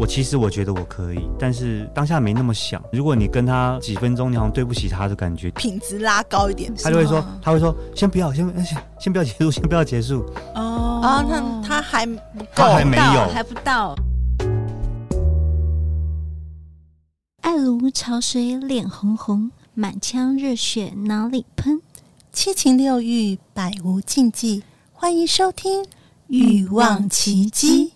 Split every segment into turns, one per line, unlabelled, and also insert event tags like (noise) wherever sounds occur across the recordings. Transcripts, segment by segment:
我其实我觉得我可以，但是当下没那么想。如果你跟他几分钟，你好像对不起他的感觉，
品质拉高一点
他就会说
是吗，
他会说，先不要，先先先不要结束，先不要结束。
哦
啊，那他还不
他
够
还。没有
还不到。
爱如潮水，脸红红，满腔热血脑里喷。
七情六欲，百无禁忌。欢迎收听《
欲望
奇
嗯
迹》。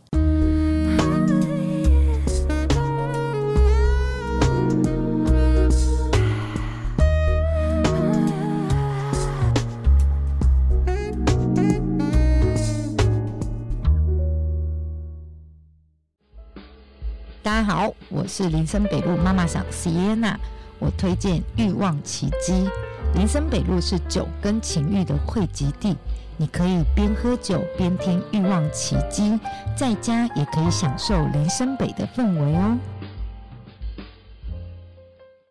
大家好，我是林森北路妈妈桑 Sienna，我推荐《欲望奇迹》。林森北路是酒跟情欲的汇集地，你可以边喝酒边听《欲望奇迹》，在家也可以享受林森北的氛围哦。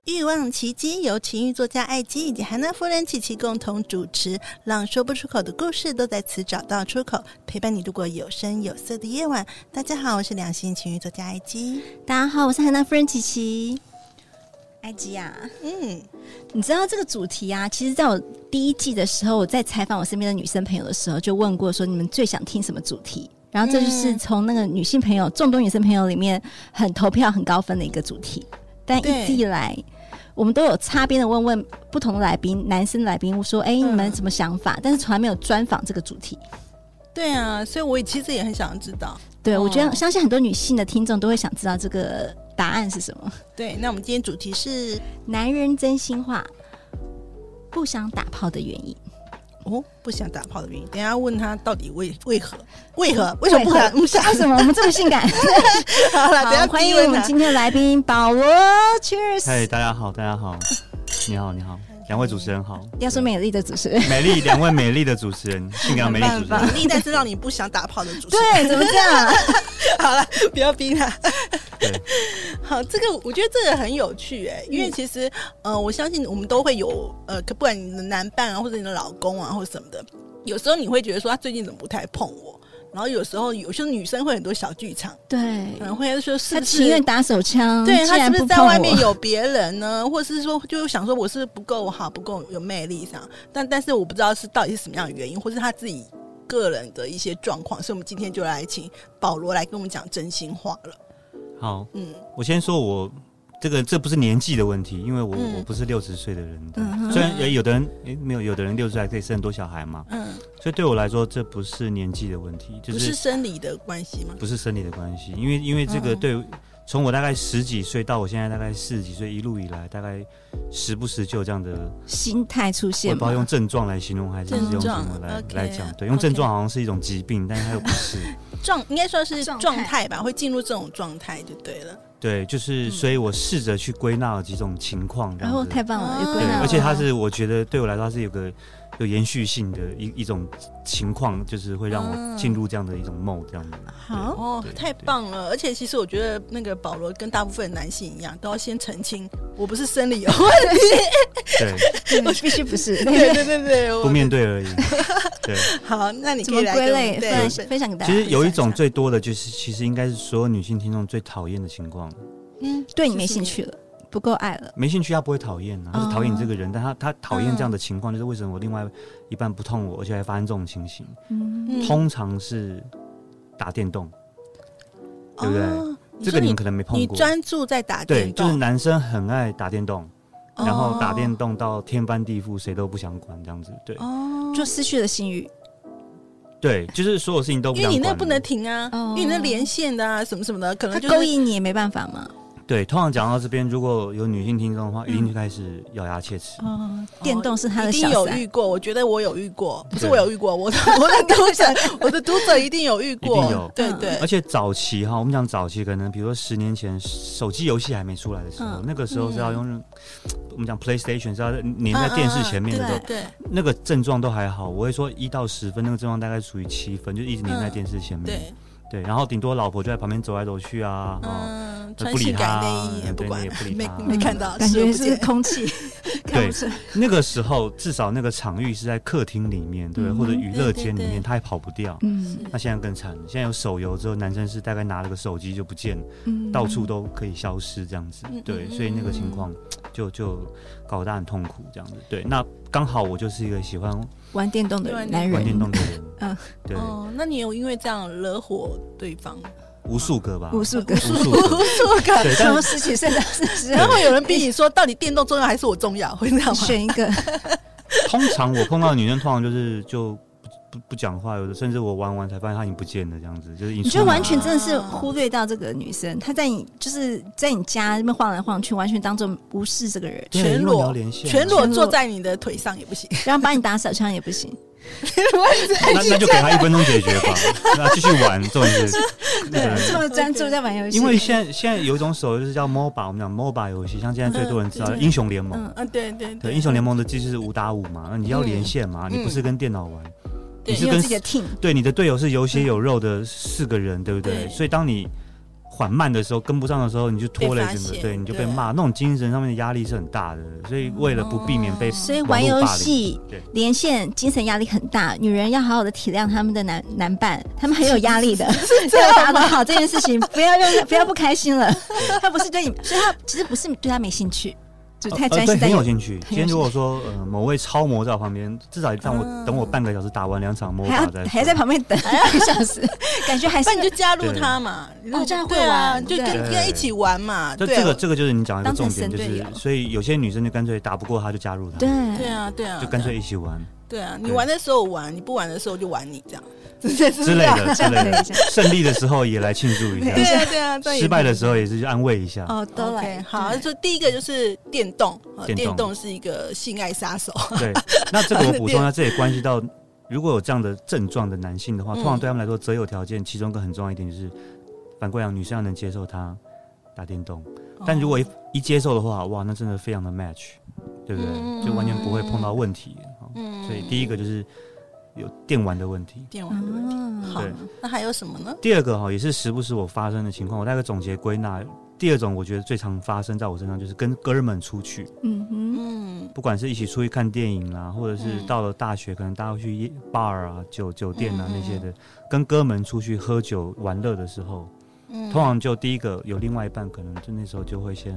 欲望奇迹由情欲作家艾姬以及韩娜夫人琪琪共同主持，让说不出口的故事都在此找到出口，陪伴你度过有声有色的夜晚。大家好，我是两性情欲作家艾姬。
大家好，我是海娜夫人琪琪。埃及啊，
嗯，
你知道这个主题啊？其实，在我第一季的时候，我在采访我身边的女生朋友的时候，就问过说你们最想听什么主题。然后这就是
嗯
从那个女性朋友众多女生朋友里面很投票很高分的一个主题。但
对
一直以来，我们都有擦边的问问不同的来宾，男生来宾说：“哎，你们
嗯
什么想法？”但是从来没有专访这个主题。
对啊，所以我其实也很想知道。
对，我觉
哦
得相信很多女性的听众都会想知道这个答案是什么。
对，那我们今天主题是
(laughs) 男人真心话，不想打炮的原因。
哦，不想打炮的原因。等一下问他到底为为何为何为什么不敢不想？
嗯啊为什么我们这么性 (laughs) 感？
好了，等一下
好，欢
逼
迎
问
我们
他
今天的来宾保罗，Cheers！
嗨，大家好，大家好，你好，你好，两位主持人好。
(laughs) 要说美丽的主持人，
美丽，两位美丽的主持人，性感美丽主持
没办
人
法。
历代知道你不想打炮的主持人。
(laughs) 对，怎么这样？
(laughs) 好了，不要逼他
对。
(laughs) 好，这个我觉得这个很有趣
嗯
哎、因为其实呃，我相信我们都会有呃，可不管你的男伴啊，或者你的老公啊，或者什么的，有时候你会觉得说他啊最近怎么不太碰我，然后有时候有些女生会很多小剧场，
(laughs) 对
可，能会说是
他
不
情
是
愿？打手枪，
对
竟
他是嗯
然
不是在
碰我
外 (laughs) 面？有别人呢？或是说，就想说我是不是不够好，不够有魅力这样？但但是我不知道是到底是什么样的原因，或是他自己个人的一些状况，所以我们今天就来请保罗来跟我们讲真心话了。
好，
嗯，
我先说我这个这不是年纪的问题，因为我、
嗯
我不是六十岁的人，对
嗯哼
虽然也有的人诶没有，有的人六十岁还可以生很多小孩嘛，
嗯，
所以对我来说这不是年纪的问题，就
不
是
是生理的关系吗？
不是生理的关系，因为因为这个
嗯
对从、我大概十几岁到我现在大概四十几岁一路以来，大概时不时就有这样的，
心态出
我也
现
不知道用
嘛？
症状来形容还是
症
用
状
什么来
OK，嗯
来讲，对，用症状好像是一种疾病，但是它又不是。
状应该说是
状态
状态吧，会进入这种状态就对了。
对，就是，
嗯
所以我试着去归纳了几种情况，这
然
样
后
子
太棒了，
嗯
有归
对，
纳
而
了，
且它
(laughs)
是我觉得对我来说它是有个有延续性的一一种情况，就是会让
嗯
我进入这样的一种梦这
(laughs)
样子。
好
哦
对，
太棒了！而且其实我觉得那个保罗跟大部分男性一样，都要先澄清，我不是生理有问题。
对，
我必须不 (laughs) 是。
(laughs) 对对对对，我
不面对而已。对，
好，那你
怎
可
么
以来
归
跟我
类？
们
分
对
享分享给大
其
家。
实有一
分享一
种
下
最多的就是，其实应该是所有女性听众最讨厌的情况，
嗯，
对你没兴趣了，不够爱了。
没兴趣她不会讨厌啊，
哦
她是讨厌你这个人，但她她讨厌
嗯
这样的情况，就是为什么我另外一半不痛我，而且还发生这种情形，
嗯，
嗯，
通常是打电动，对不对
哦
这个你
你
们
说
可能没
你
碰
你
过。
专注在打
对，
电
就是
动，哦
男生很爱打电动，然后打电
动
动到天翻地覆，谁都不想管这样子。对，
哦，
就失去了性欲。
对，就是所有事情都不
因为
想
你那
管
不能停啊，
哦
因为你那连线的啊，什么什么的，可
他
能就
勾
是哦
引你也没办法嘛。
对，通常讲到这边，如果有女性听众的
嗯
话，一定就开始咬牙切齿。
哦，电动是他的
一定
小
有
三。
遇过，我觉得我有遇过，不是
对
我有遇过，
(laughs)
我的我的读者，我的读者一定有遇过，
一定有
对
嗯
对，
而且早期哈，我们讲早期，可能比如说十年前手机游戏还没出来的时候，
嗯
那个时候是要用、我们讲 PlayStation 是要粘在电视前面的时候，
嗯嗯嗯对
那个症状都还好。我会说一到十分，那个症状大概属于七分，就一直粘在电视前
嗯对
面。
对，
对，然后顶多老婆就在旁边走来走去啊，哦
嗯，穿
不理
性
他
感内衣也不
对
管
也不理
没
他啊
没看到，
嗯感
视而
觉
不
是
见 (laughs)
空气看不出来。
那个时候至少那个场域是在客厅里面，对不对，
嗯
或者娱乐间里
对对对
面，他还跑不掉。
嗯
那现在更惨，现在有手游之后，男生是大概拿了个手机就不见了，
嗯
到处都可以消失这样子
嗯嗯。
对，
嗯
所以那个情况就就搞得大家很痛苦这样子。对，那刚好我就是一个喜欢
玩电动的
对
男
玩
人，
电动的人，
嗯
对，
哦，那你有因为这样惹火对方？
无数个吧，
无数个
无，
(laughs)
数个。
这个
对，但
从十几岁到四十，
然后有人逼你说，到底电动重要还是我重要？会这样吗？
选一个，
通常我碰到的女生，通常就是就不不不讲话，有的甚至我玩完才发现她已经不见了，这样子就是你
你就完全真的是忽略到这个女生，她在你就是在你家那边晃来晃去，完全当做无视这个人，
对
全
因为你要
裸
连线
全裸
全裸
坐在你的腿上也不 (laughs) 行，
然后把你打手枪也不行。
那那就给他一分钟解决吧，那继续玩，重点是，
(laughs) 这么专注在玩游戏，
因为现在现在有一种手游就是叫 MOBA，我们讲 MOBA 游戏，像现在最多人知道
嗯对
英雄联盟，
嗯
嗯，对对
对，英雄联盟的机制是五打五嘛，那你要连线嘛，你不是跟电脑玩，你
对
嗯你
是
有
跟
自己的嗯 team，
对你的队友是有血有肉的四个人，对不对？
对
所以当你缓慢的时候，跟不上的时候，你就拖累整
被发
个，
现
对，你就被
对
骂，那种精神上面的压力是很大的。所以为了不避免被
哦
所以
网
玩
络
游
霸凌
戏
对
连线精神压力很大，女人要好好的体谅他们的男男伴，他们很有压力 (laughs) 的，要达到好这件事情，不要用不要不开心了。 (laughs) 他不是对你，所以他其实不是对他没兴趣，就太专
哦对，呃
心在
很
游
有
戏。
兴趣。
很有
今天如果说呃某位超模在我旁边，至少也让我、
嗯
等我半个小时打完两场魔
还
法
要
再
嗯还要在
说
旁边等一个小时，感觉还是
那你就加入他嘛，你让
哦这样会
对啊，
玩
就跟
对
跟他一起玩嘛，
这
对
这
啊
个这个就是你讲的一
当
个
成
重点，就
神队
是
友
所以有些女生就干脆打不过他就加入
(laughs)
他，
对
对啊对啊，
就干脆一起玩
对啊，你
对
玩的时候玩，你不玩的时候就玩你这 (laughs) 样，是这
之类的之类的。胜利的时候也来庆祝一
对
下，
啊对啊，这样也
失败的
可以
时候也是去安慰一下。
哦，都
OK，
来
好，就第一个就是电动，呃
电动
电动是一个性爱杀手，
对，那这个我补充一下，这也关系到如果有这样的症状的男性的话，
嗯
通常对他们来说择友条件其中一个很重要一点就是，反过来讲，女生要能接受他打电动，
哦
但如果一一接受的话，哇，那真的非常的 match，对不对？
嗯
就完全不会碰到问题。哦
嗯
所以第一个就是有电玩的问题。
电玩的问题，
哦
好
对，
那还有什么呢？
第二个哈，也是时不时我发生的情况，我大概总结归纳。第二种我觉得最常发生在我身上就是跟哥们出去，
嗯哼，
嗯
不管是一起出去看电影啦，或者是
嗯
到了大学，可能大家会去夜 bar 啊、酒酒店啊
嗯嗯
那些的，跟哥们出去喝酒玩乐的时候，
嗯
通常就第一个有另外一半，可能就那时候就会先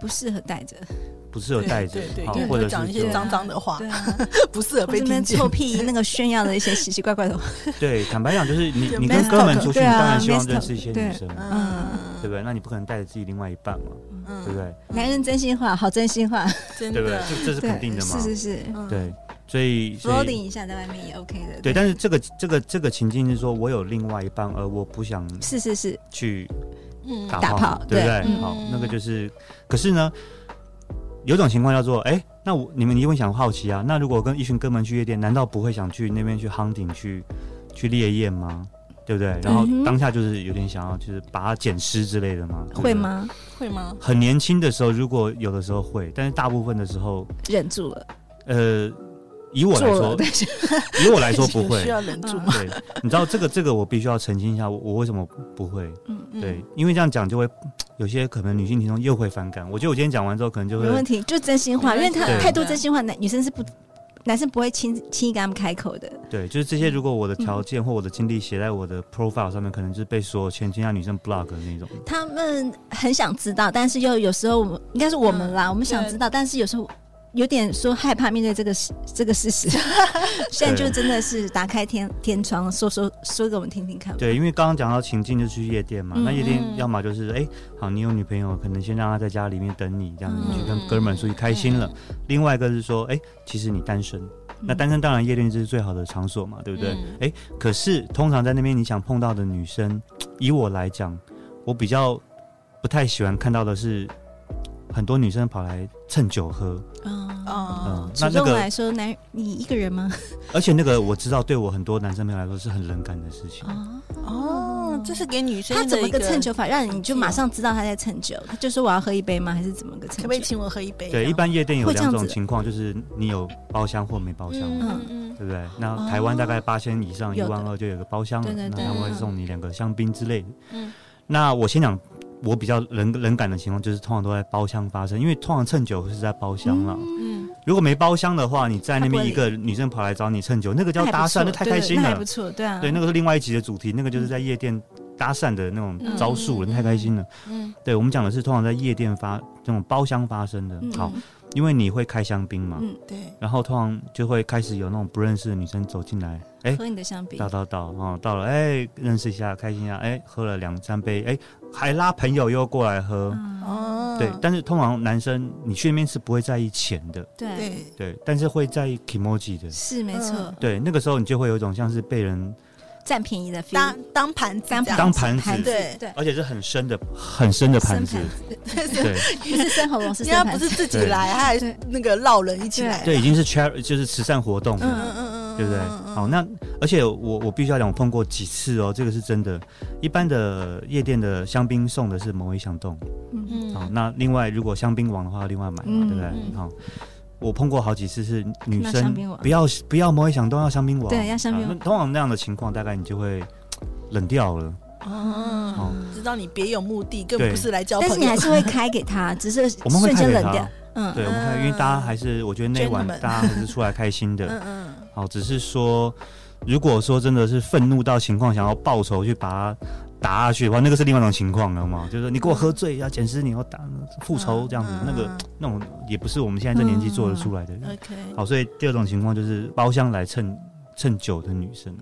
不适合带着，
不适合
对
带着
对，对
好，
对，
或
就
者
讲
是
一
就
些脏脏的话，
对啊，
不适合被
这边
听见
臭。屁那个炫耀的一些奇奇怪怪的话，
对，坦白讲就是你
(laughs) 就
你跟
messed
哥们
up，
出去，
对
你
啊
当然希望
messed
认识一些
up，对
女生嘛，对不对？那你不可能带着自己另外一半嘛，
嗯
对不？对？
(laughs) 男人真心话，好真心话，
真
对不对
的？，
这这是
对
肯定的嘛
是，是是。
嗯，
对，所以
f l o
所
a t i n
以
一下在外面也 OK 的。
对，但是这个这个这个情境是说我有另外一半，而我不想
是是是，
去
嗯
打
打
炮，
炮
对不对？
对
嗯
好，那个就是，可是呢，有种情况叫做，哎、那我你们一定会想好奇啊，那如果跟一群哥们去夜店，难道不会想去那边去 hunting 去去猎艳吗？对不对？然后
嗯哼
当下就是有点想要，就是把它捡尸之类的吗？对不对
会？吗？
会吗？
很年轻的时候，如果有的时候会，但是大部分的时候，
忍住了，
呃，以我来
做
说
了，，但啊是
以我来说不会
(laughs)
需。要忍住吗？
对，你知道这个这个我必须要澄清一下，我我为什么不会？
嗯
对，，因为这样讲就会有些可能女性听众又会反感。我觉得我今天讲完之后，可能就
没问
会
题，就真心话，因
没
为
关系
他
对
太多真心话，男女生是不，男生不会轻轻易跟他们开口的。
对，就是这些。如果我的条件或我的经历写在我的 profile 上面，可能就是被所有全天下啊女生 block 的那种。
他们很想知道，但是又有时候我们应该是我们
嗯
啦，我们想知道，但是有时候。有点说害怕面对这个事这
(laughs)
个事实，现在就真的是打开天天窗，说说说给我们听听看吧。
对，因为刚刚讲到情境就是去夜店嘛，
嗯
那夜店
嗯
要么就是哎、好，你有女朋友，可能先让她在家里面等你，这样
嗯
你去跟哥们儿出去开心了。另外一个是说，哎、其实你单身。
嗯
那单身当然夜店是最好的场所嘛，对不对？
嗯
哎、可是通常在那边你想碰到的女生，以我来讲，我比较不太喜欢看到的是很多女生跑来蹭酒喝，
嗯
哦
嗯
主
那那
动
个
来说，男你一个人吗？
而且那个我知道对我很多男生朋友来说是很冷感的事情。
哦
哦，这是给女生
他怎
的
么
一
个
个
蹭酒？法，让你就马上知道他在蹭酒？他就说我要喝一杯吗？还是怎么个蹭
可不可以
酒？
请我喝一杯？
对，一般夜店有
哦会这样
两种
子
情况，就是你有包厢或没包厢嘛。
嗯嗯
对不对？那台湾大概八千以上，一
有的
万二就有个包厢了，
对对
那
对
他们会送你两个香槟之类的。
嗯
那我先讲我比较冷冷感的情况，就是通常都在包厢发生，因为通常蹭酒是在包厢啦。
嗯，
如果没包厢的话，你在那
他不
边
会
一个女生跑来找你蹭酒，那个叫
那还
搭
不
讪，
错
那太
对
开
对
心
那还
了
不。错，对啊，
对，那个是另外一集的主题，那个就是在夜店搭讪的那种招数了，那太开心了。
嗯，
对我们讲的是通常在夜店发这种包厢发生的
嗯，
好，因为你会开香槟嘛，
嗯，
对，
然后通常就会开始有那种不认识的女生走进来，哎，
喝你的香槟
到，到到哦，到了，哎，认识一下，开心一下，哎，喝了两三杯，哎，还拉朋友又过来喝，
嗯，
哦，
对，但是通常男生你去那边是不会在意钱的，
对，
哦对，
对，但是会在意 emoji 的，
是没错
嗯，
对，那个时候你就会有一种像是被人，
占便宜的 feel，
当当盘子这样子，
当盘子
对
对，
而且是很深的、很深的盘子
生，
对
不是生喉咙，是
人家
生
不
盘
是
子，
自己
对
来，他还是那个绕人一起来，
对，已经是 char 就是慈善活动
嗯
了。
嗯嗯嗯，
对不对？好，那而且我我必须要讲，我碰过几次哦，这个是真的。一般的夜店的香槟送的是某一响动，
嗯
好、
嗯，
那另外如果香槟王的话，另外买嘛，
嗯
对不对？
嗯
好、我碰过好几次是女
那
生
香槟王
不要不要某一响动，要香槟王，
对要香槟王
啊那通常那样的情况，大概你就会嘖冷掉了。
哦，
哦，
知道你别有目的，根本
对
不是来交朋
嗯
友，
但是你还是会开给他，只是
我们会
瞬
看
间
给
冷
他
掉，，嗯，
对，我们看，因为大家还是我觉得那晚
Gentlemen
大家还是出来开
(laughs)
心的，(laughs)
嗯嗯，
好，只是说，如果说真的是愤怒到情况，想要报仇去把他打下去的话，那个是另外一种情况，了嘛？就是说你给我喝
嗯
醉，要捡尸，你要打复仇这样子，
嗯
那个那种也不是我们现在这年纪做得出来的。
嗯，OK，
好，所以第二种情况就是包厢来蹭蹭酒的女生，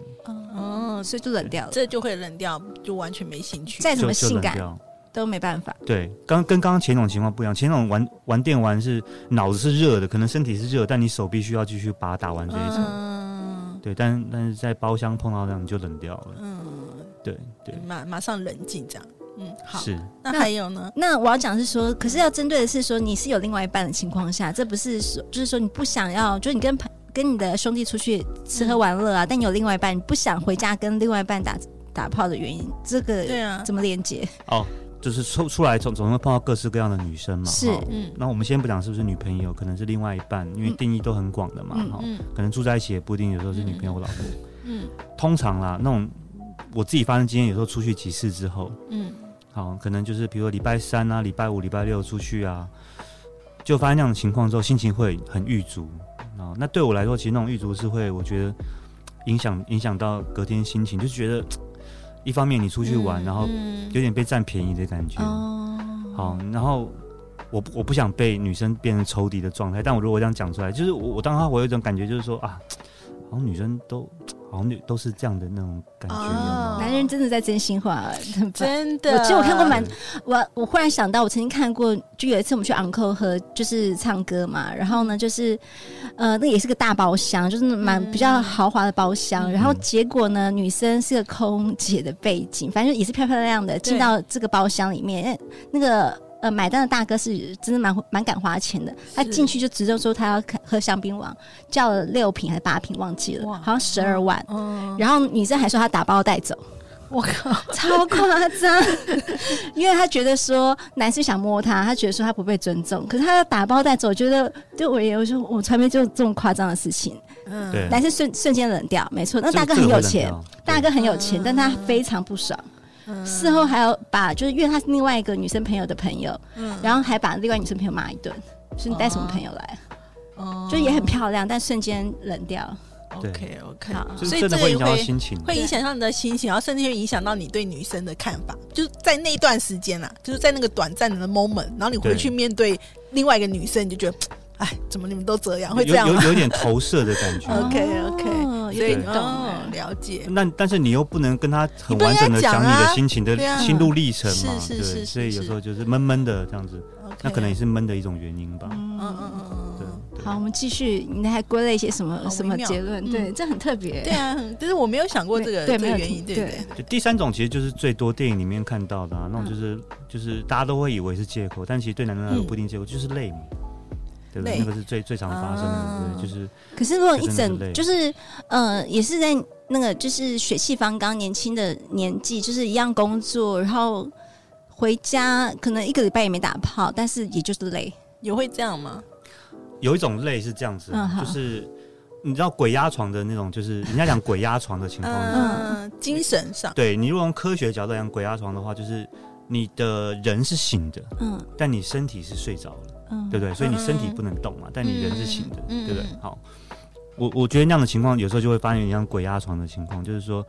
哦，
所以就冷掉了，
这就会冷掉，就完全没兴趣。
再哎怎
就
么
就
性
冷
感
掉。
都没办法，
对，刚跟刚刚前一种情况不一样，前一种玩玩电玩是脑子是热的，可能身体是热，但你手必须要继续把它打完这一场。
嗯
对，但但是在包厢碰到这样你就冷掉了。
嗯，
对对，
马马上冷静这样。嗯，好，
是。
那还有呢？
那我要讲是说，可是要针对的是说，你是有另外一半的情况下，这不是说，就是说你不想要，就是你跟朋跟你的兄弟出去吃喝玩乐啊，但你有另外一半，你不想回家跟另外一半打打炮的原因，这个
对啊，
怎么连接？
哦，就是出出来总总会碰到各式各样的女生嘛。
是
哈
嗯
那我们先不讲是不是女朋友，可能是另外一半，因为
嗯
定义都很广的嘛。
嗯
哈、
嗯
可能住在一起也不一定，有时候是女朋友或老婆。
嗯
通常啦，那种我自己发生经验，有时候出去几次之后，
嗯
好，可能就是比如说礼拜三啊、礼拜五、礼拜六出去啊，就发生那种情况之后，心情会很郁卒啊。那对我来说，其实那种郁卒是会，我觉得影响影响到隔天心情，就觉得一方面你出去玩，
嗯
然后
嗯
有点被占便宜的感觉。
哦，
好，然后我不我不想被女生变成仇敌的状态，但我如果这样讲出来，就是我我当时我有一种感觉，就是说啊，好像女生都好像女都是这样的那种感觉，有
哦
吗？
男人真的在真心话，啊很棒。
真的，
嗯我记得我看过蛮
嗯
对
我我忽然想到，我曾经看过，就有一次我们去 uncle 喝，就是唱歌嘛，然后呢，就是呃，那也是个大包厢，就是蛮比较豪华的包
嗯
厢，然后结果呢，女生是个空姐的背景，反正也是漂漂亮亮的，进到这个包厢里面，那个。呃，买单的大哥是真的蛮蛮敢花钱的，他进去就直接说他要喝香槟王，叫了六瓶还是八瓶忘记了，
哇
好像十二万， (laughs)
嗯，
然后女生还说她打包带走，
我靠，
(laughs)
超夸张，因为他觉得说男生想摸他，他觉得说他不被尊重，可是他要打包带走，我觉得对我也有说，我从来没做这么夸张的事情，
嗯
对
男生瞬瞬间冷掉，没错，那
这
大哥
这
很
个
有
会冷
钱，
掉
大哥很有
嗯
钱，但他非常不爽，
嗯
事后还要把就是因为他是另外一个女生朋友的朋友，
嗯
然后还把另外女生朋友骂一顿。说你带什么朋友来？
后
就也很漂亮，但瞬间冷掉。
OK OK，
好
对
所
所
以
以真的
这
会
也
影响到
会
心情，
会影响到你的心情，然后甚至会影响到你对女生的看法。就是在那一段时间啦，就是在那个短暂的 moment，然后你回
对
去面对另外一个女生，你就觉得，哎，怎么你们都这样，会这
有
样
有
吗
有点投射的感觉。
(laughs) ？OK OK，
哦
所以
有
点懂
哦了解。
那但是你又不能跟他很
你不能
完整的
跟他
讲
讲
你
啊
的心情的
对啊
心路历程嘛，
是是
对，
是是
所以有
是
时候就是闷闷的这样子，
OK
那可能也是闷的一种原因吧，
嗯嗯嗯嗯
对
嗯。
对。
好，我们继续。你还归类一些什么
好
什
微
么
妙
结论？
嗯
对，这很特别。
对啊，但是我没有想过这个
对
这
没
个
有
原因，对
听
不
对
对？
就第三种其实就是最多电影里面看到的、啊，那种就是、就是大家都会以为是借口，但其实对男人来说
嗯
不一定借口，就是累嘛，对不对？
累
那个是最最常发生的，
啊
对，就是
可是如果
这
一
真的很
整
累
就是呃，也是在那个就是呃血气方刚年轻的年纪，就是一样工作，然后回家可能一个礼拜也没打炮，但是也就是累。
也会这样吗？
有一种累是这样子，
嗯好
就是你知道鬼压床的那种，就是人家讲
嗯
鬼压床的情况，
嗯，精神上，
对你如果用科学角度来讲鬼压床的话，就是你的人是醒的，
嗯
但你身体是睡着了，
嗯，
对不对？所以你身体
嗯
不能动嘛，但你人是醒的，
嗯
对不对
嗯？
好，我我觉得那样的情况有时候就会发现像鬼压床的情况，就是说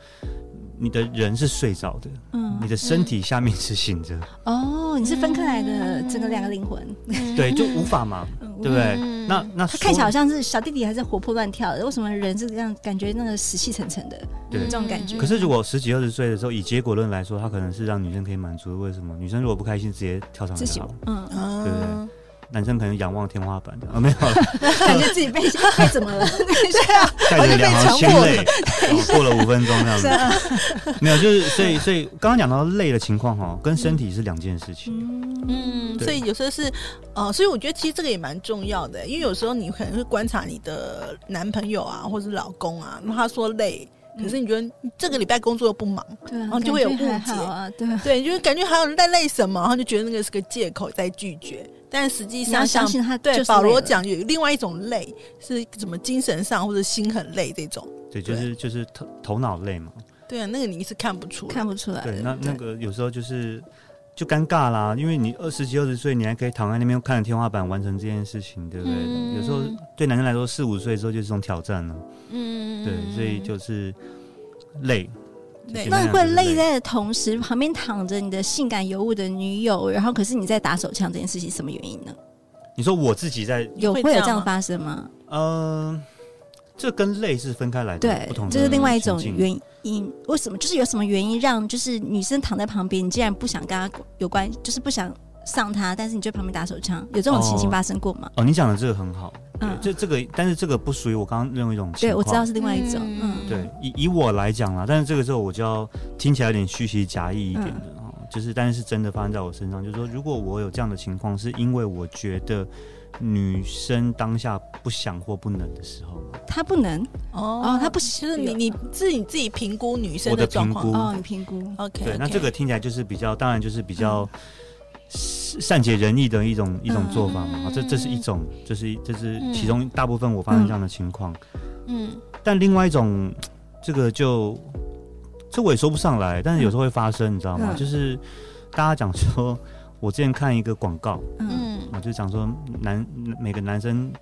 你的人是睡着的，
嗯
你的身体下面是醒着，
哦，你是分开来的，整个两个灵魂，
对，就无法嘛，对不 (laughs) 对？
嗯
那那
他看起来好
像
像是小弟弟还在活泼乱跳的，为什么人是这样感觉那个死气沉沉的？
对
这种感觉
可是如果十几二十岁的时候，以结果论来说，他可能是让女生可以满足。为什么？女生如果不开心，直接跳上来
自己
就好了。 (laughs)
嗯，
对不
嗯
对，男生可能仰望天花板这样啊，没有了，
感觉自己被 (laughs) 被怎么了？哦
带着两行心
我就
泪，哦过了五分钟这样
是啊
子。 (laughs) 没有，就是所以所以刚刚讲到累的情况哦，跟身体是两件事情。
(laughs) 嗯，
对
所以有时候是，呃，所以我觉得其实这个也蛮重要的，因为有时候你可能会观察你的男朋友啊，或是老公啊，那他说累，
嗯
可是你觉得这个礼拜工作又不忙，
对啊
然后哦就会有
感觉
误
还
解
好啊，对啊。
对，你就感觉还有在累什么，然后就觉得那个是个借口在拒绝，但实际
你要
上像
相信他就是
对
累了，
保罗讲有另外一种累是什么精神上或者心很累这种，
对，就是就是头头脑累嘛。
对啊，那个你是看不出来，
看不出来的。
对，那那
呃对
个有时候就是就尴尬啦，因为你二十几二十岁，你还可以躺在那边看着天花板完成这件事情，对不对？
嗯
有时候对男生来说，四五岁之后就是一种挑战了。
嗯
对，所以就是累。
累
就简单
那
讲
会
就是
累在的同时，旁边躺着你的性感尤物的女友，然后可是你在打手枪这件事情，什么原因呢？
你说我自己在，
有
会
会有
这样
这样
吗
发生吗？
嗯，这跟累是分开来的，
对
不同，的
这是另外一种
情境
原因。为什么？就是有什么原因让就是女生躺在旁边，你竟然不想跟她有关，就是不想上她，但是你就在旁边打手枪，有这种情形
哦
发生过吗？
哦，你讲的这个很好，对
嗯，
这这个，但是这个不属于我刚刚认为一种哦情
对，
况。
我知道是另外一种，
嗯
嗯，
对，以以我来讲啦，但是这个时候我就要听起来有点虚情假意一点的
嗯
哈、就是但是真的发生在我身上，就是说，如果我有这样的情况，是因为我觉得女生当下不想或不能的时候，
她不能
哦
哦，她不
就是你你自己自己评估女生
我的
状
评
况
估，
哦，你评估
，OK，
对，那这个听起来就是比较，当然就是比较善善解人意的一种一种做法嘛。好这这是一种，这是这是其中大部分我发现这样的情况。
嗯
但另外一种，这个就这我也说不上来，但是有时候会发生，你知道吗？
嗯
就是大家讲说，我之前看一个广告，
嗯
嗯
我就讲说男每个男生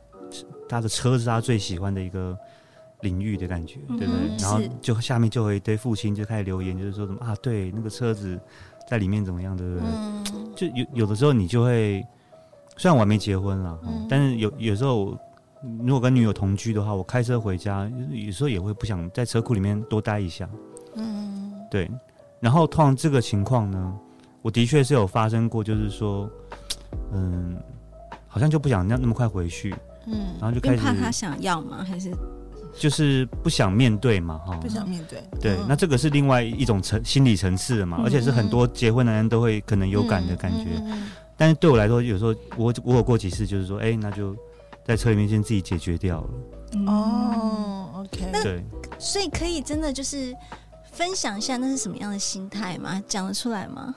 他的车是他最喜欢的一个。领域的感觉，对不对？
嗯
然后
是
就下面就有一堆父亲就开始留言，就是说什么啊，对，那个车子在里面怎么样，对不对？
嗯
就有有的时候你就会，虽然我还没结婚啦，
嗯
但是有有时候我如果跟女友同居的话，我开车回家，有时候也会不想在车库里面多待一下。
嗯
对，然后通常这个情况呢，我的确是有发生过，就是说，嗯，好像就不想那那么快回去，然
嗯
后就
因
开
为怕她
始
想要吗？还是
就是不想面对嘛，哈，
不想面对，
对，
嗯
那这个是另外一种层心理层次的嘛，而且是很多结婚的人都会可能有感的感
嗯
觉。但是对我来说，有时候我我有过几次，就是说，哎、那就在车里面先自己解决掉了。
嗯哦，OK，
对，
所以可以真的就是分享一下那是什么样的心态吗？讲得出来吗？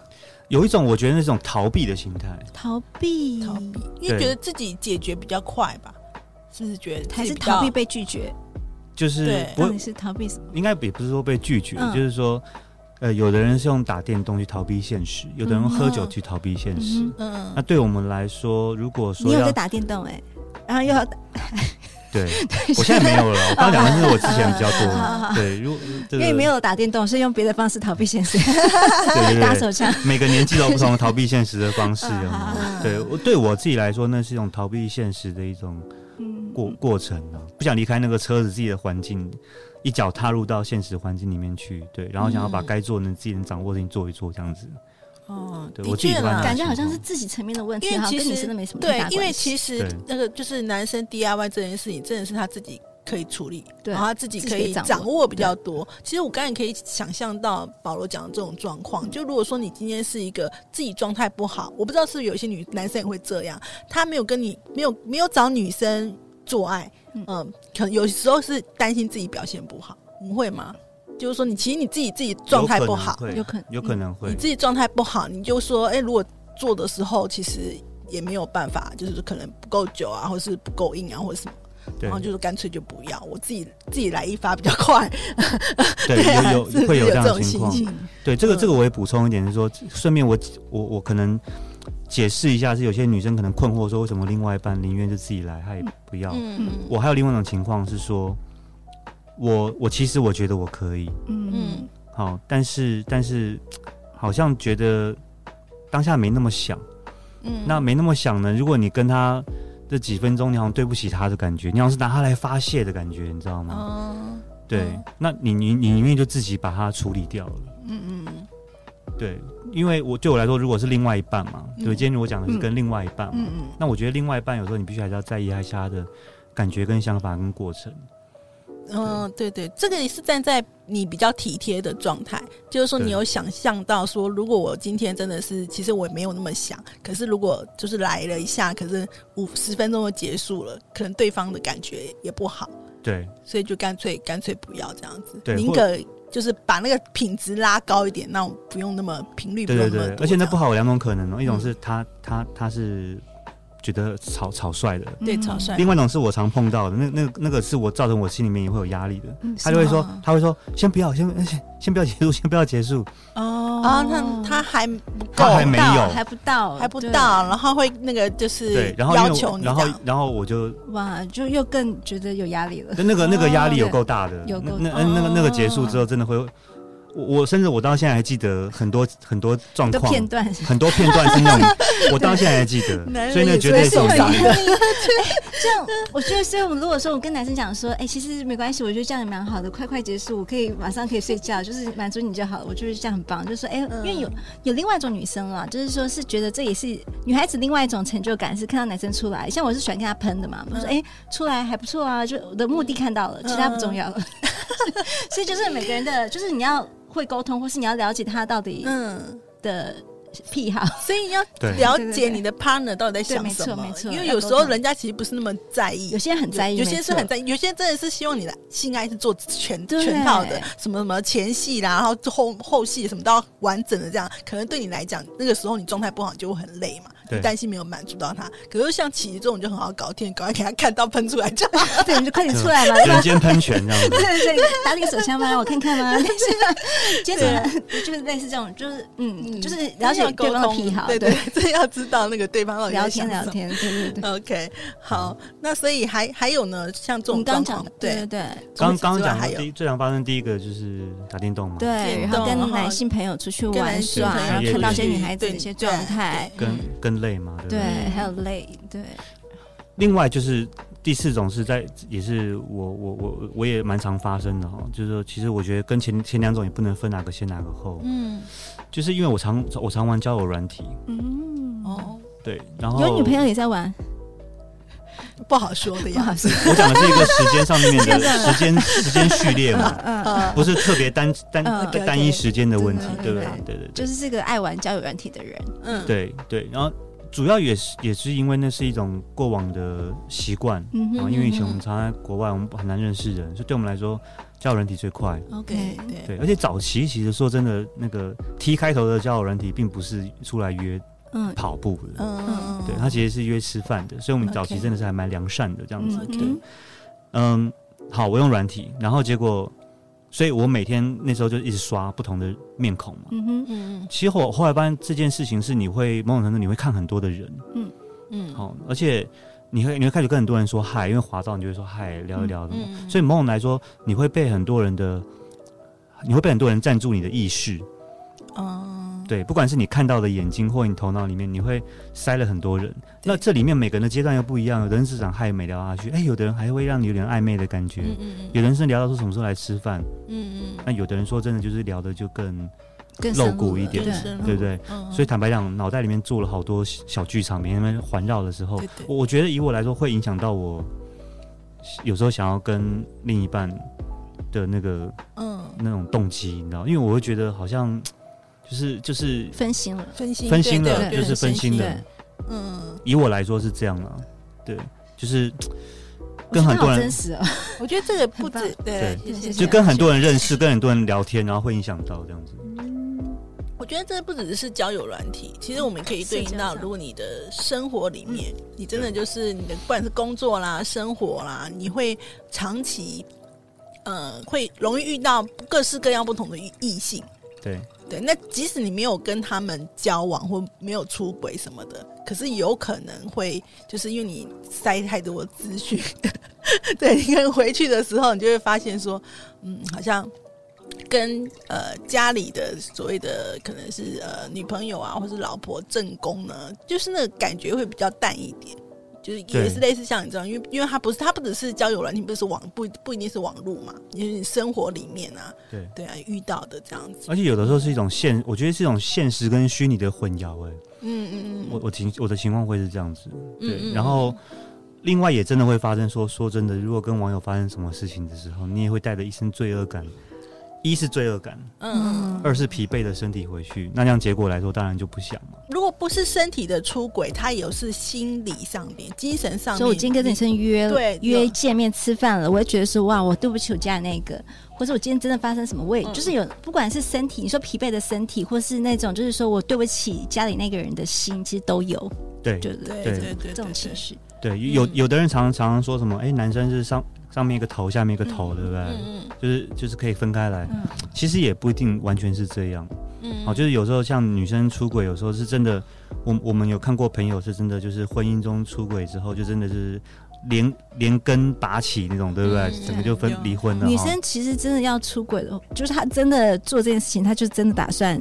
有一种我觉得那种逃避的心态，
逃避？
逃避，因为觉得自己解决比较快吧，是不是觉得自
还
己
是
比较
逃避被拒绝？
就是
对
不
到
会
底是逃避什么？
应该也不是说被拒绝，
嗯
就是说，呃，有的人是用打电动去逃避现实，有的人喝酒
嗯
去逃避现
嗯
实。
哼
嗯
那对我们来说，如果说
你有
要
在打电动哎， (laughs) 然后又要
对，
(laughs)
我现在没有了，我刚刚讲的是我之前比较
啊
多。对，如因
因为没有打电动，所以用别的方式逃避现实，
对对对
(laughs) 打手枪。
每个年纪都有不同的逃避现实的方式，有
(laughs) 嗯
没有
好
好好
对我对我自己来说，那是一种逃避现实的一种
嗯
过过程啊，不想离开那个车子自己的环境，一脚踏入到现实环境里面去，对，然后想要把
嗯
该做能自己能掌握的事情做一做，这样子。
哦，
对
的
我自己
确
突然
啦
想
感觉好像是自己层面的问题，
因为
好像
其
跟你
实
真的没什么太
对
大，
因为
关系
其实
对
那个就是男生 DIY 这件事情，真的是他自己可以处理，
对
然后他自己
自己
可
可
以
以掌握
掌握比较多。其实我刚才可以想象到保罗讲的这种状况，就如果说你今天是一个自己状态不好，我不知道是不是有一些女男生也会这样，他没有跟你没有没有找女生做爱，嗯
嗯、
可能有时候是担心自己表现不好，你会吗？就是说你其实你自己自己状态不好，
有
有
可
可
能会有可能会
你自己状态不好，你就说，哎、如果做的时候其实也没有办法，就是可能不够久啊，或是不够硬啊，或者什么。
对
然后就是干脆就不要，我自己 (laughs) 自己来一发比较快。
对，
啊
有
(laughs)
有
是不是
会有
有
这样的
种
情
心 (laughs)
况。
情。
对，这个
嗯
这个我也补充一点，是说，顺便我我我可能解释一下，是有些女生可能困惑说，为什么另外一半宁愿就自己来，她也不要。
嗯
我还有另外一种情况是说，我我其实我觉得我可以，
嗯
好，但是但是好像觉得当下没那么想，
嗯
那没那么想呢，如果你跟他这几分钟，你好像对不起他的感觉，你好像是拿他来发泄的感觉，你知道吗？
嗯
对，那你你你宁愿就自己把它处理掉了。
嗯嗯
对，因为我对我来说，如果是另外一半嘛，
嗯
对，今天我讲的是跟另外一半嘛，
嗯
那我觉得另外一半有时候你必须还是要在意一下他的感觉、跟想法、跟过程。
嗯，对对，这个也是站在你比较体贴的状态，就是说你
对
有想象到说，如果我今天真的是，其实我也没有那么想，可是如果就是来了一下，可是五十分钟就结束了，可能对方的感觉也不好，
对
所以就干脆干脆不要这样子，
对
宁
或
可就是把那个品质拉高一点，那我不用那么频率不
对
用
对
那么
对，
多嗯
而且那
这样
不好有两种可能哦，一种是他他他是觉得草草率的，
对草率，
另外一种是我常碰到的，那那那个是我造成我心里面也会有压力的。他
嗯
是
就会说
吗，
他会说，先不要，先先先不要结束，先不要结束，嗯
哦啊，那他还不够，
他还没
到
有
还不到，
还不
对
到，然后会那个就是
对，然后因为
要
我
求你这
然后
样，
然后我就
哇，就又更觉得有压力了。
那那个那个压力有
对
够大的，
有够
那那那个那个结束之后，真的会，我我甚至我到现在还记得很多很多状
的
况，
片段，
很多片段是那种，我到现在还记
男
得，
人
所以那
也
绝对
是
受
会
伤
有。
这样我觉得，所以我们如果说我跟男生讲说，哎、其实没关系，我觉得这样也蛮好的，快快结束，我可以马上可以睡觉，就是满足你就好了，我觉得这样很棒。就是说，哎、
嗯
因为有有另外一种女生啦，就是说是觉得这也是女孩子另外一种成就感，是看到男生出来，像我是喜欢跟他喷的嘛，我说
嗯
哎、出来还不错啊，就我的目的看到了，其他不重要
嗯
了。 (laughs) 所以就是每个人的，就是你要会沟通，或是你要了解他到底
嗯。
的癖好。
所以要
对
了
对对
解
对
你的 partner 到底在
对
想
没
什
错
么
没，错
因为
要
有
沟
时候
通
人家其实不是那么在意
有。些人很在意，
有些是很
意。
在意，有些真的是希望你的性爱是做全
对
全套的，什么什么前戏啦，然后后后戏什么都要完整的这样。可能对你来讲，那个时候你状态不好，你就会很累嘛，
对
你担心没有满足到他。可是像琪琪这种就很好搞定，赶快给他看到喷出来就好。(laughs)
对，你就快点出来嘛，
人间喷泉这样子，
对对对，打你个手枪吗？让我看看吗？类似的，接着就是类似这种，就是 (laughs)
(laughs)
嗯，就是了解对方的癖好，
对对， (laughs) 真的要知道那个对方到底在
聊天
想
聊
什么。
天，对对对。
OK，好，那所以还还有呢，像这种
我们
状
刚讲
况
的，，对对对
刚
除此之
刚
外
讲
还
的
有
第一最常发生第一个就是打电动嘛，
对，然后跟男性朋友出去玩耍，然后看到一些女孩子的一些状态，
跟
嗯
跟累嘛，对不
对
对？，
还有累，对，
另外就是第四种是在也是我我我我也蛮常发生的哈，就是说其实我觉得跟前前两种也不能分哪个先哪个后，
嗯，
就是因为我常我常玩交友软体，
嗯，
哦，
对，然后
有女朋友也在玩，
不好说的
不好
(laughs)
呀。
说，
我讲的是一个时间上面
(laughs)
的时间时间序列嘛，
嗯，
呃，
不是特别单单呃
嗯，OK，OK
单一时间的问题，对
对
不
对
对？对对
就
对
是这个爱玩交友软体的人，
嗯，
对对，然后主要也是也是因为那是一种过往的习惯。
嗯
啊，因为以前我们常在国外，我们很难认识人，所以对我们来说，交友软体最快。
，OK，对，
对，而且早期其实说真的，那个 T 开头的交友软体并不是出来约
嗯
跑步的，
嗯，
对，它其实是约吃饭的，所以我们早期
OK
真的是还蛮良善的这样子。
嗯
对，嗯，好，我用软体，然后结果，所以我每天那时候就一直刷不同的面孔嘛。
嗯哼，
嗯
其实我后来发现这件事情是你会某种程度你会看很多的人，
嗯
好、而且你会你会开始跟很多人说嗨，因为滑到你就会说嗨，聊一聊的嘛。
嗯
所以某种来说，你会被很多人的，你会被很多人占住你的意识。
嗯，
对，不管是你看到的眼睛或你头脑里面，你会塞了很多人。那这里面每个人的阶段又不一样，有的人是想嗨美聊下去，哎，有的人还会让你有点暧昧的感觉，
嗯嗯
有的人是聊到说什么时候来吃饭，
嗯嗯
那有的人说真的就是聊的就更，
更
露骨一点
对，
对不对？
嗯，
所以坦白讲，脑袋里面做了好多小剧场，每天在那边环绕的时候
对对，
我我觉得以我来说会影响到我，有时候想要跟另一半的那个
嗯，
那种动机，你知道，因为我会觉得好像就是就是
分心了，
分心
分心了，
对
就是分心了
对。
嗯，
以我来说是这样啊，对，就是
我
跟
觉得
很多
好
人
真实哦，
我觉得这个不止，对，
对
就跟很多人认识，跟很多人聊天，然后会影响到这样子。
我觉得这不只是交友软体，其实我们可以对应到，如果你的生活
嗯
里面，你真的就是你的不管是工作啦、生活啦，你会长期，呃，会容易遇到各式各样不同的异异性。
对，
对，那即使你没有跟他们交往或没有出轨什么的，可是有可能会就是因为你塞太多资讯， (laughs) 对，你可能回去的时候，你就会发现说，嗯，好像跟呃家里的所谓的可能是呃女朋友啊，或是老婆正宫呢，就是那个感觉会比较淡一点。就是也是类似像你这样，因为因为它不是它不只是交友软体，不是网不不一定是网络嘛，因为你生活里面啊，
对
对啊遇到的这样子，
而且有的时候是一种现，我觉得是一种现实跟虚拟的混淆、欸。哎，
嗯嗯嗯，
我我情我的情况会是这样子，对。
嗯嗯
然后，另外也真的会发生说说真的，如果跟网友发生什么事情的时候，你也会带着一身罪恶感，一是罪恶感，
嗯，
二是疲惫的身体回去，那这样结果来说当然就不想嘛。
如果不是身体的出轨，他也是心理上面、精神上面。
所以我今天跟女生约了
对
约
有
见面吃饭了，我会觉得说哇，我对不起我家那个，或者我今天真的发生什么，我也、
嗯
就是有不管是身体，你说疲惫的身体，或是那种就是说我对不起家里那个人的心，其实都有，
对
就是
对
对
对对对
这种情绪。
对，有
嗯
有的人常常常说什么，哎、男生是上上面一个头，下面一个头，对不对？
嗯嗯
就是就是可以分开来，
嗯
其实也不一定完全是这样。
嗯，
哦，就是有时候像女生出轨，有时候是真的，我我们有看过朋友是真的，就是婚姻中出轨之后，就真的是连连根拔起那种，对不对？
嗯
整个就分
有
离婚了。哦
女
哈
生其实真的要出轨了，就是她真的做这件事情，她就真的打算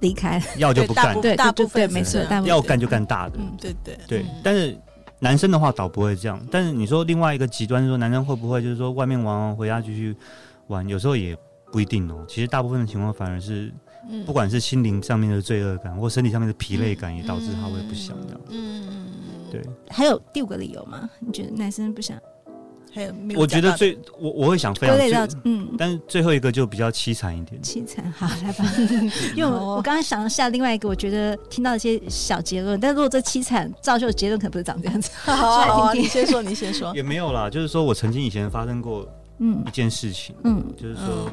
离开。
要就
对
不
大
干
部，
对
大
对
部分
对没
是
错
这样
大部分
要干就干大的。
嗯
对对
对
嗯，
但是男生的话倒不会这样。但是你说另外一个极端是说，男生会不会就是说外面玩完回家继续玩？有时候也不一定哦。其实大部分的情况反而是，
嗯
不管是心灵上面的罪恶感，或身体上面的疲累感，也导致他会不想这样。
嗯嗯，
对，
还有第五个理由吗？你觉得男生不想
还有没有
我觉
讲
得
到
最我我会想非
归
常
类
最
到嗯
但是最后一个就比较凄惨一点。
嗯
凄惨？
(laughs)
好，来吧，因为
哦
我我刚刚想下另外一个，我觉得听到一些小结论，但如果这凄惨造就的结论可能不是长这样子。
好啊好啊，
听听
你先说，你先说，
也没有啦，就是说我曾经以前发生过
嗯
一件事情，
嗯
就是说，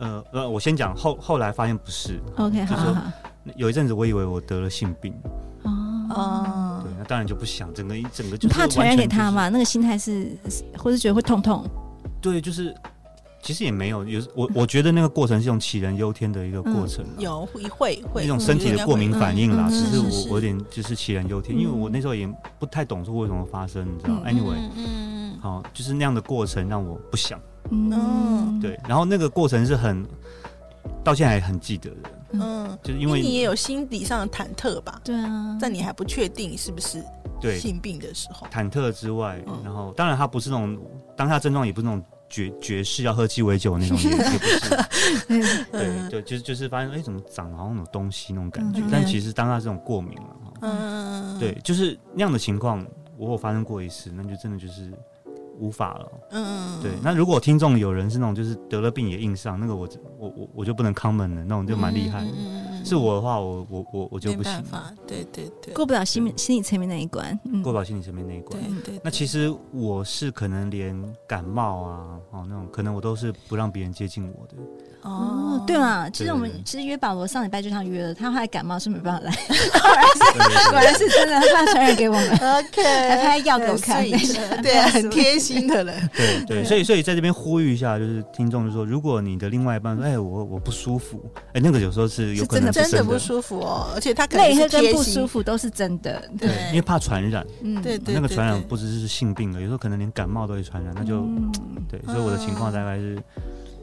呃呃，我先讲后后来发现不是，
嗯，OK，
就
好
是
好好。
有一阵子我以为我得了性病，
哦，
哦
对，，那当然就不想整个一整个
你
就是
怕传染给他
完
嘛？那个心态是，或是觉得会痛痛。
全就是？对，就是其实也没有，有时我我觉得那个过程是一种杞人忧天的一个过程啦，
嗯有会会会
一种身体的过敏反应啦，
嗯
只是
是是
我我有点就是杞人忧天，
嗯
因为我那时候也不太懂是为什么发生，你知道
嗯
？Anyway，
嗯嗯
好，就是那样的过程让我不想。
嗯，
对，然后那个过程是很到现在还很记得的，
嗯嗯，
就是因
因
为
为你也有心理上的忐忑吧，
对啊，
在你还不确定是不是
对
性病的时候，
忐忑之外，
嗯
然后当然他不是那种当下症状，也不是那种绝绝世要喝鸡尾酒那种，也也不是。对对，就是就是发现哎，怎么长好像有东西那种感觉
嗯，
但
嗯
其实当下这种过敏了、哈
嗯，
对，，就是那样的情况，我有发生过一次，那就真的就是无法了。
嗯，
对，那如果听众有人是那种就是得了病也硬上，那个我我我我就不能 common 了，那种就蛮厉害的。
嗯
是我的话，我我我我就
没
不行
办
了。
法，对对对，
过不了心心理层面那一关。嗯
过不了心理层面那一关
对。对，
那其实我是可能连感冒啊，哦那种可能我都是不让别人接近
(laughs)
我的。
哦，对，嘛，其实我们
对对对
其实约保罗上礼拜就想约了，他后来感冒是没办法来，
(laughs) 对
果然是真的他怕传染给我
(laughs)
们，
OK，
还拍药给我看
很 sweet，对，啊很贴心的人，
对对对，所以所以在这边呼吁一下，就是听众就说，如果你的另外一半说，哎我我不舒服，哎那个有时候是 (laughs) 有可能
是
是
真
真
的
的
不舒服哦，而且他可能
(laughs) 累
是
和跟
贴
不舒
心，
服都是真的。
对，因为怕传染，
嗯，
对对
那个
对
传染
对
不只是性病了，有时候可能连感冒都会传染，那就、
嗯
对。所以我的情况大概是、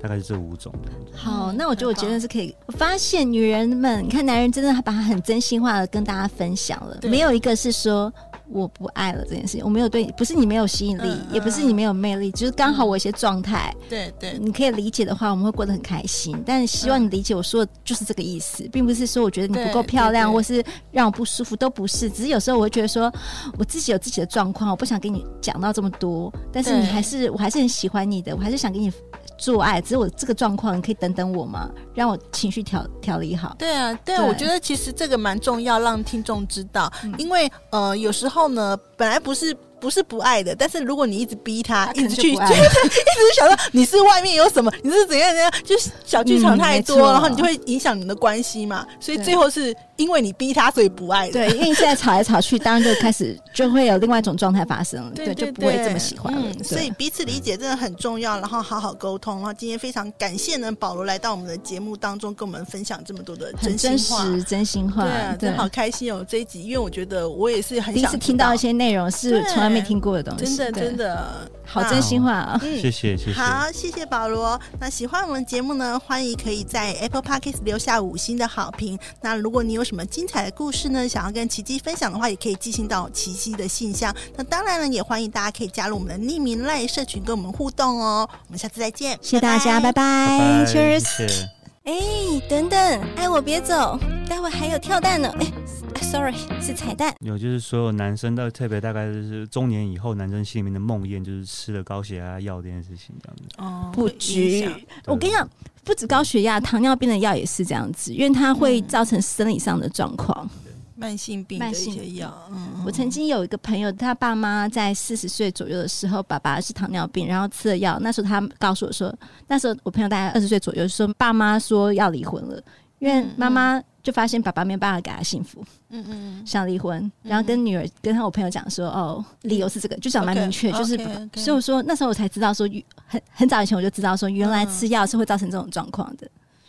大概是这五种这样子。
好，
嗯
那我觉得我
很棒
结论是可以。我发现女人们，你看男人真的把他很真心话的跟大家分享了，
对
没有一个是说我不爱了这件事情，我没有对你，不是你没有吸引力
嗯，嗯嗯
也不是你没有魅力，就是刚好我有一些状态，
对对
呃你可以理解的话，我们会过得很开心。但希望你理解我说的就是这个意思，并不是说我觉得你不够漂亮，
对对对
或是让我不舒服，都不是。只是有时候我会觉得说，我自己有自己的状况，我不想跟你讲到这么多。但是你
对
还是，我还是很喜欢你的，我还是想跟你做爱。只是我这个状况，你可以等等我吗？让我情绪调调理好。
对啊，对啊，
对嗯
我觉得其实这个蛮重要，让听众知道，因为呃，有时候呢，本来不是不是不爱的，但是如果你一直逼他，
他可
一
能
直
就
去，
不爱
对一直想到你是外面有什么，你是怎样怎样，就是小剧场
嗯
太
没
多，
错
然后你就会影响你们的关系嘛。所以
对
最后是因为你逼他，所以不爱的。
(laughs) 对，因为你现在吵来吵去，当然就开始就会有另外一种状态发生了，
对
就不会这么喜欢了。
嗯所以彼此理解真的很重要，然后好好沟通。然后今天非常感谢呢，保罗来到我们的节目当中，跟我们分享这么多的
很
心
真
话。
实，真心话
对啊，，
对
真，好开心哦！这一集，因为我觉得我也是很
第一
想
次听到一
知
些内容是
对
从来没听过的东
道，
西，
真的
对
真，的
好
那
真心话啊！
嗯
谢谢谢谢，
好，谢谢保罗。那喜欢我们节目呢，欢迎可以在 Apple Podcast 留下五星的好评。那如果你有什么精彩的故事呢，想要跟奇迹分享的话，也可以寄信到奇迹的信箱。那当然呢，也欢迎大家可以加入我们的匿名赖社群跟我们互动哦。我们下次再见，
谢谢大家，拜
拜
拜
拜
，Cheers。
谢谢。
哎，等等，爱我别走，待会还有跳蛋呢。哎啊，sorry，是彩蛋。
有就是所有男生到特别大概就是中年以后，男生心里面的梦魇就是吃了高血压药这件事情这样子。
哦
布局。我跟你讲，不止高血压，糖尿病的药也是这样子，因为它会
嗯
造成生理上的状况。
慢性病的
慢
一
性
些
病
药，嗯，
我曾经有一个朋友，他爸妈在四十岁左右的时候，爸爸是糖尿病，然后吃了药。那时候他告诉我说，那时候我朋友大概二十岁左右，说爸妈说要离婚了，因为妈妈就发现爸爸没有办法给他幸福，
嗯嗯，
想离婚，然后跟女儿跟他我朋友讲说，哦，理由是这个，就讲蛮明确，就是。
OK，OK
所以我说，那时候我才知道说，很很早以前我就知道说，原来吃药是会造成这种状况的。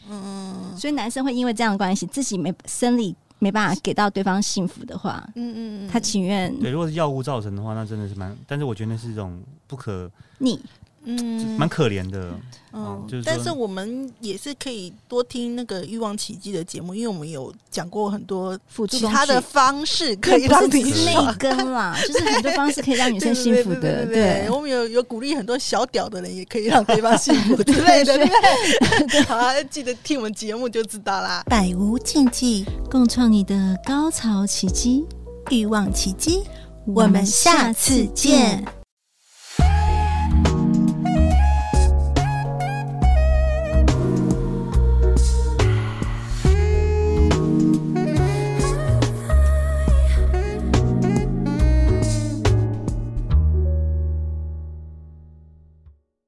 嗯嗯嗯
所以男生会因为这样的关系，自己没生理没办法给到对方幸福的话，
嗯嗯，
他情愿
对，如果是药物造成的话，那真的是蛮，但是我觉得那是一种不可，
你
嗯
蛮可怜的。
嗯
嗯就是，
但
说
是我们也是可以多听那个《欲望奇迹》的节目，因为我们有讲过很多
辅助
其
工具
他的方式 (laughs) 可以让
不
你
是只是那
爽
一根啦，就是很多方式可以让女生幸福
对对对对
的，
对
对，
我们有有鼓励很多小屌的人也可以让对方幸福之类的，对不
(laughs)
对？好啊，记得听我们节目就知道啦。
百无禁忌，共创你的高潮奇迹。
欲望奇迹，
我们下次见。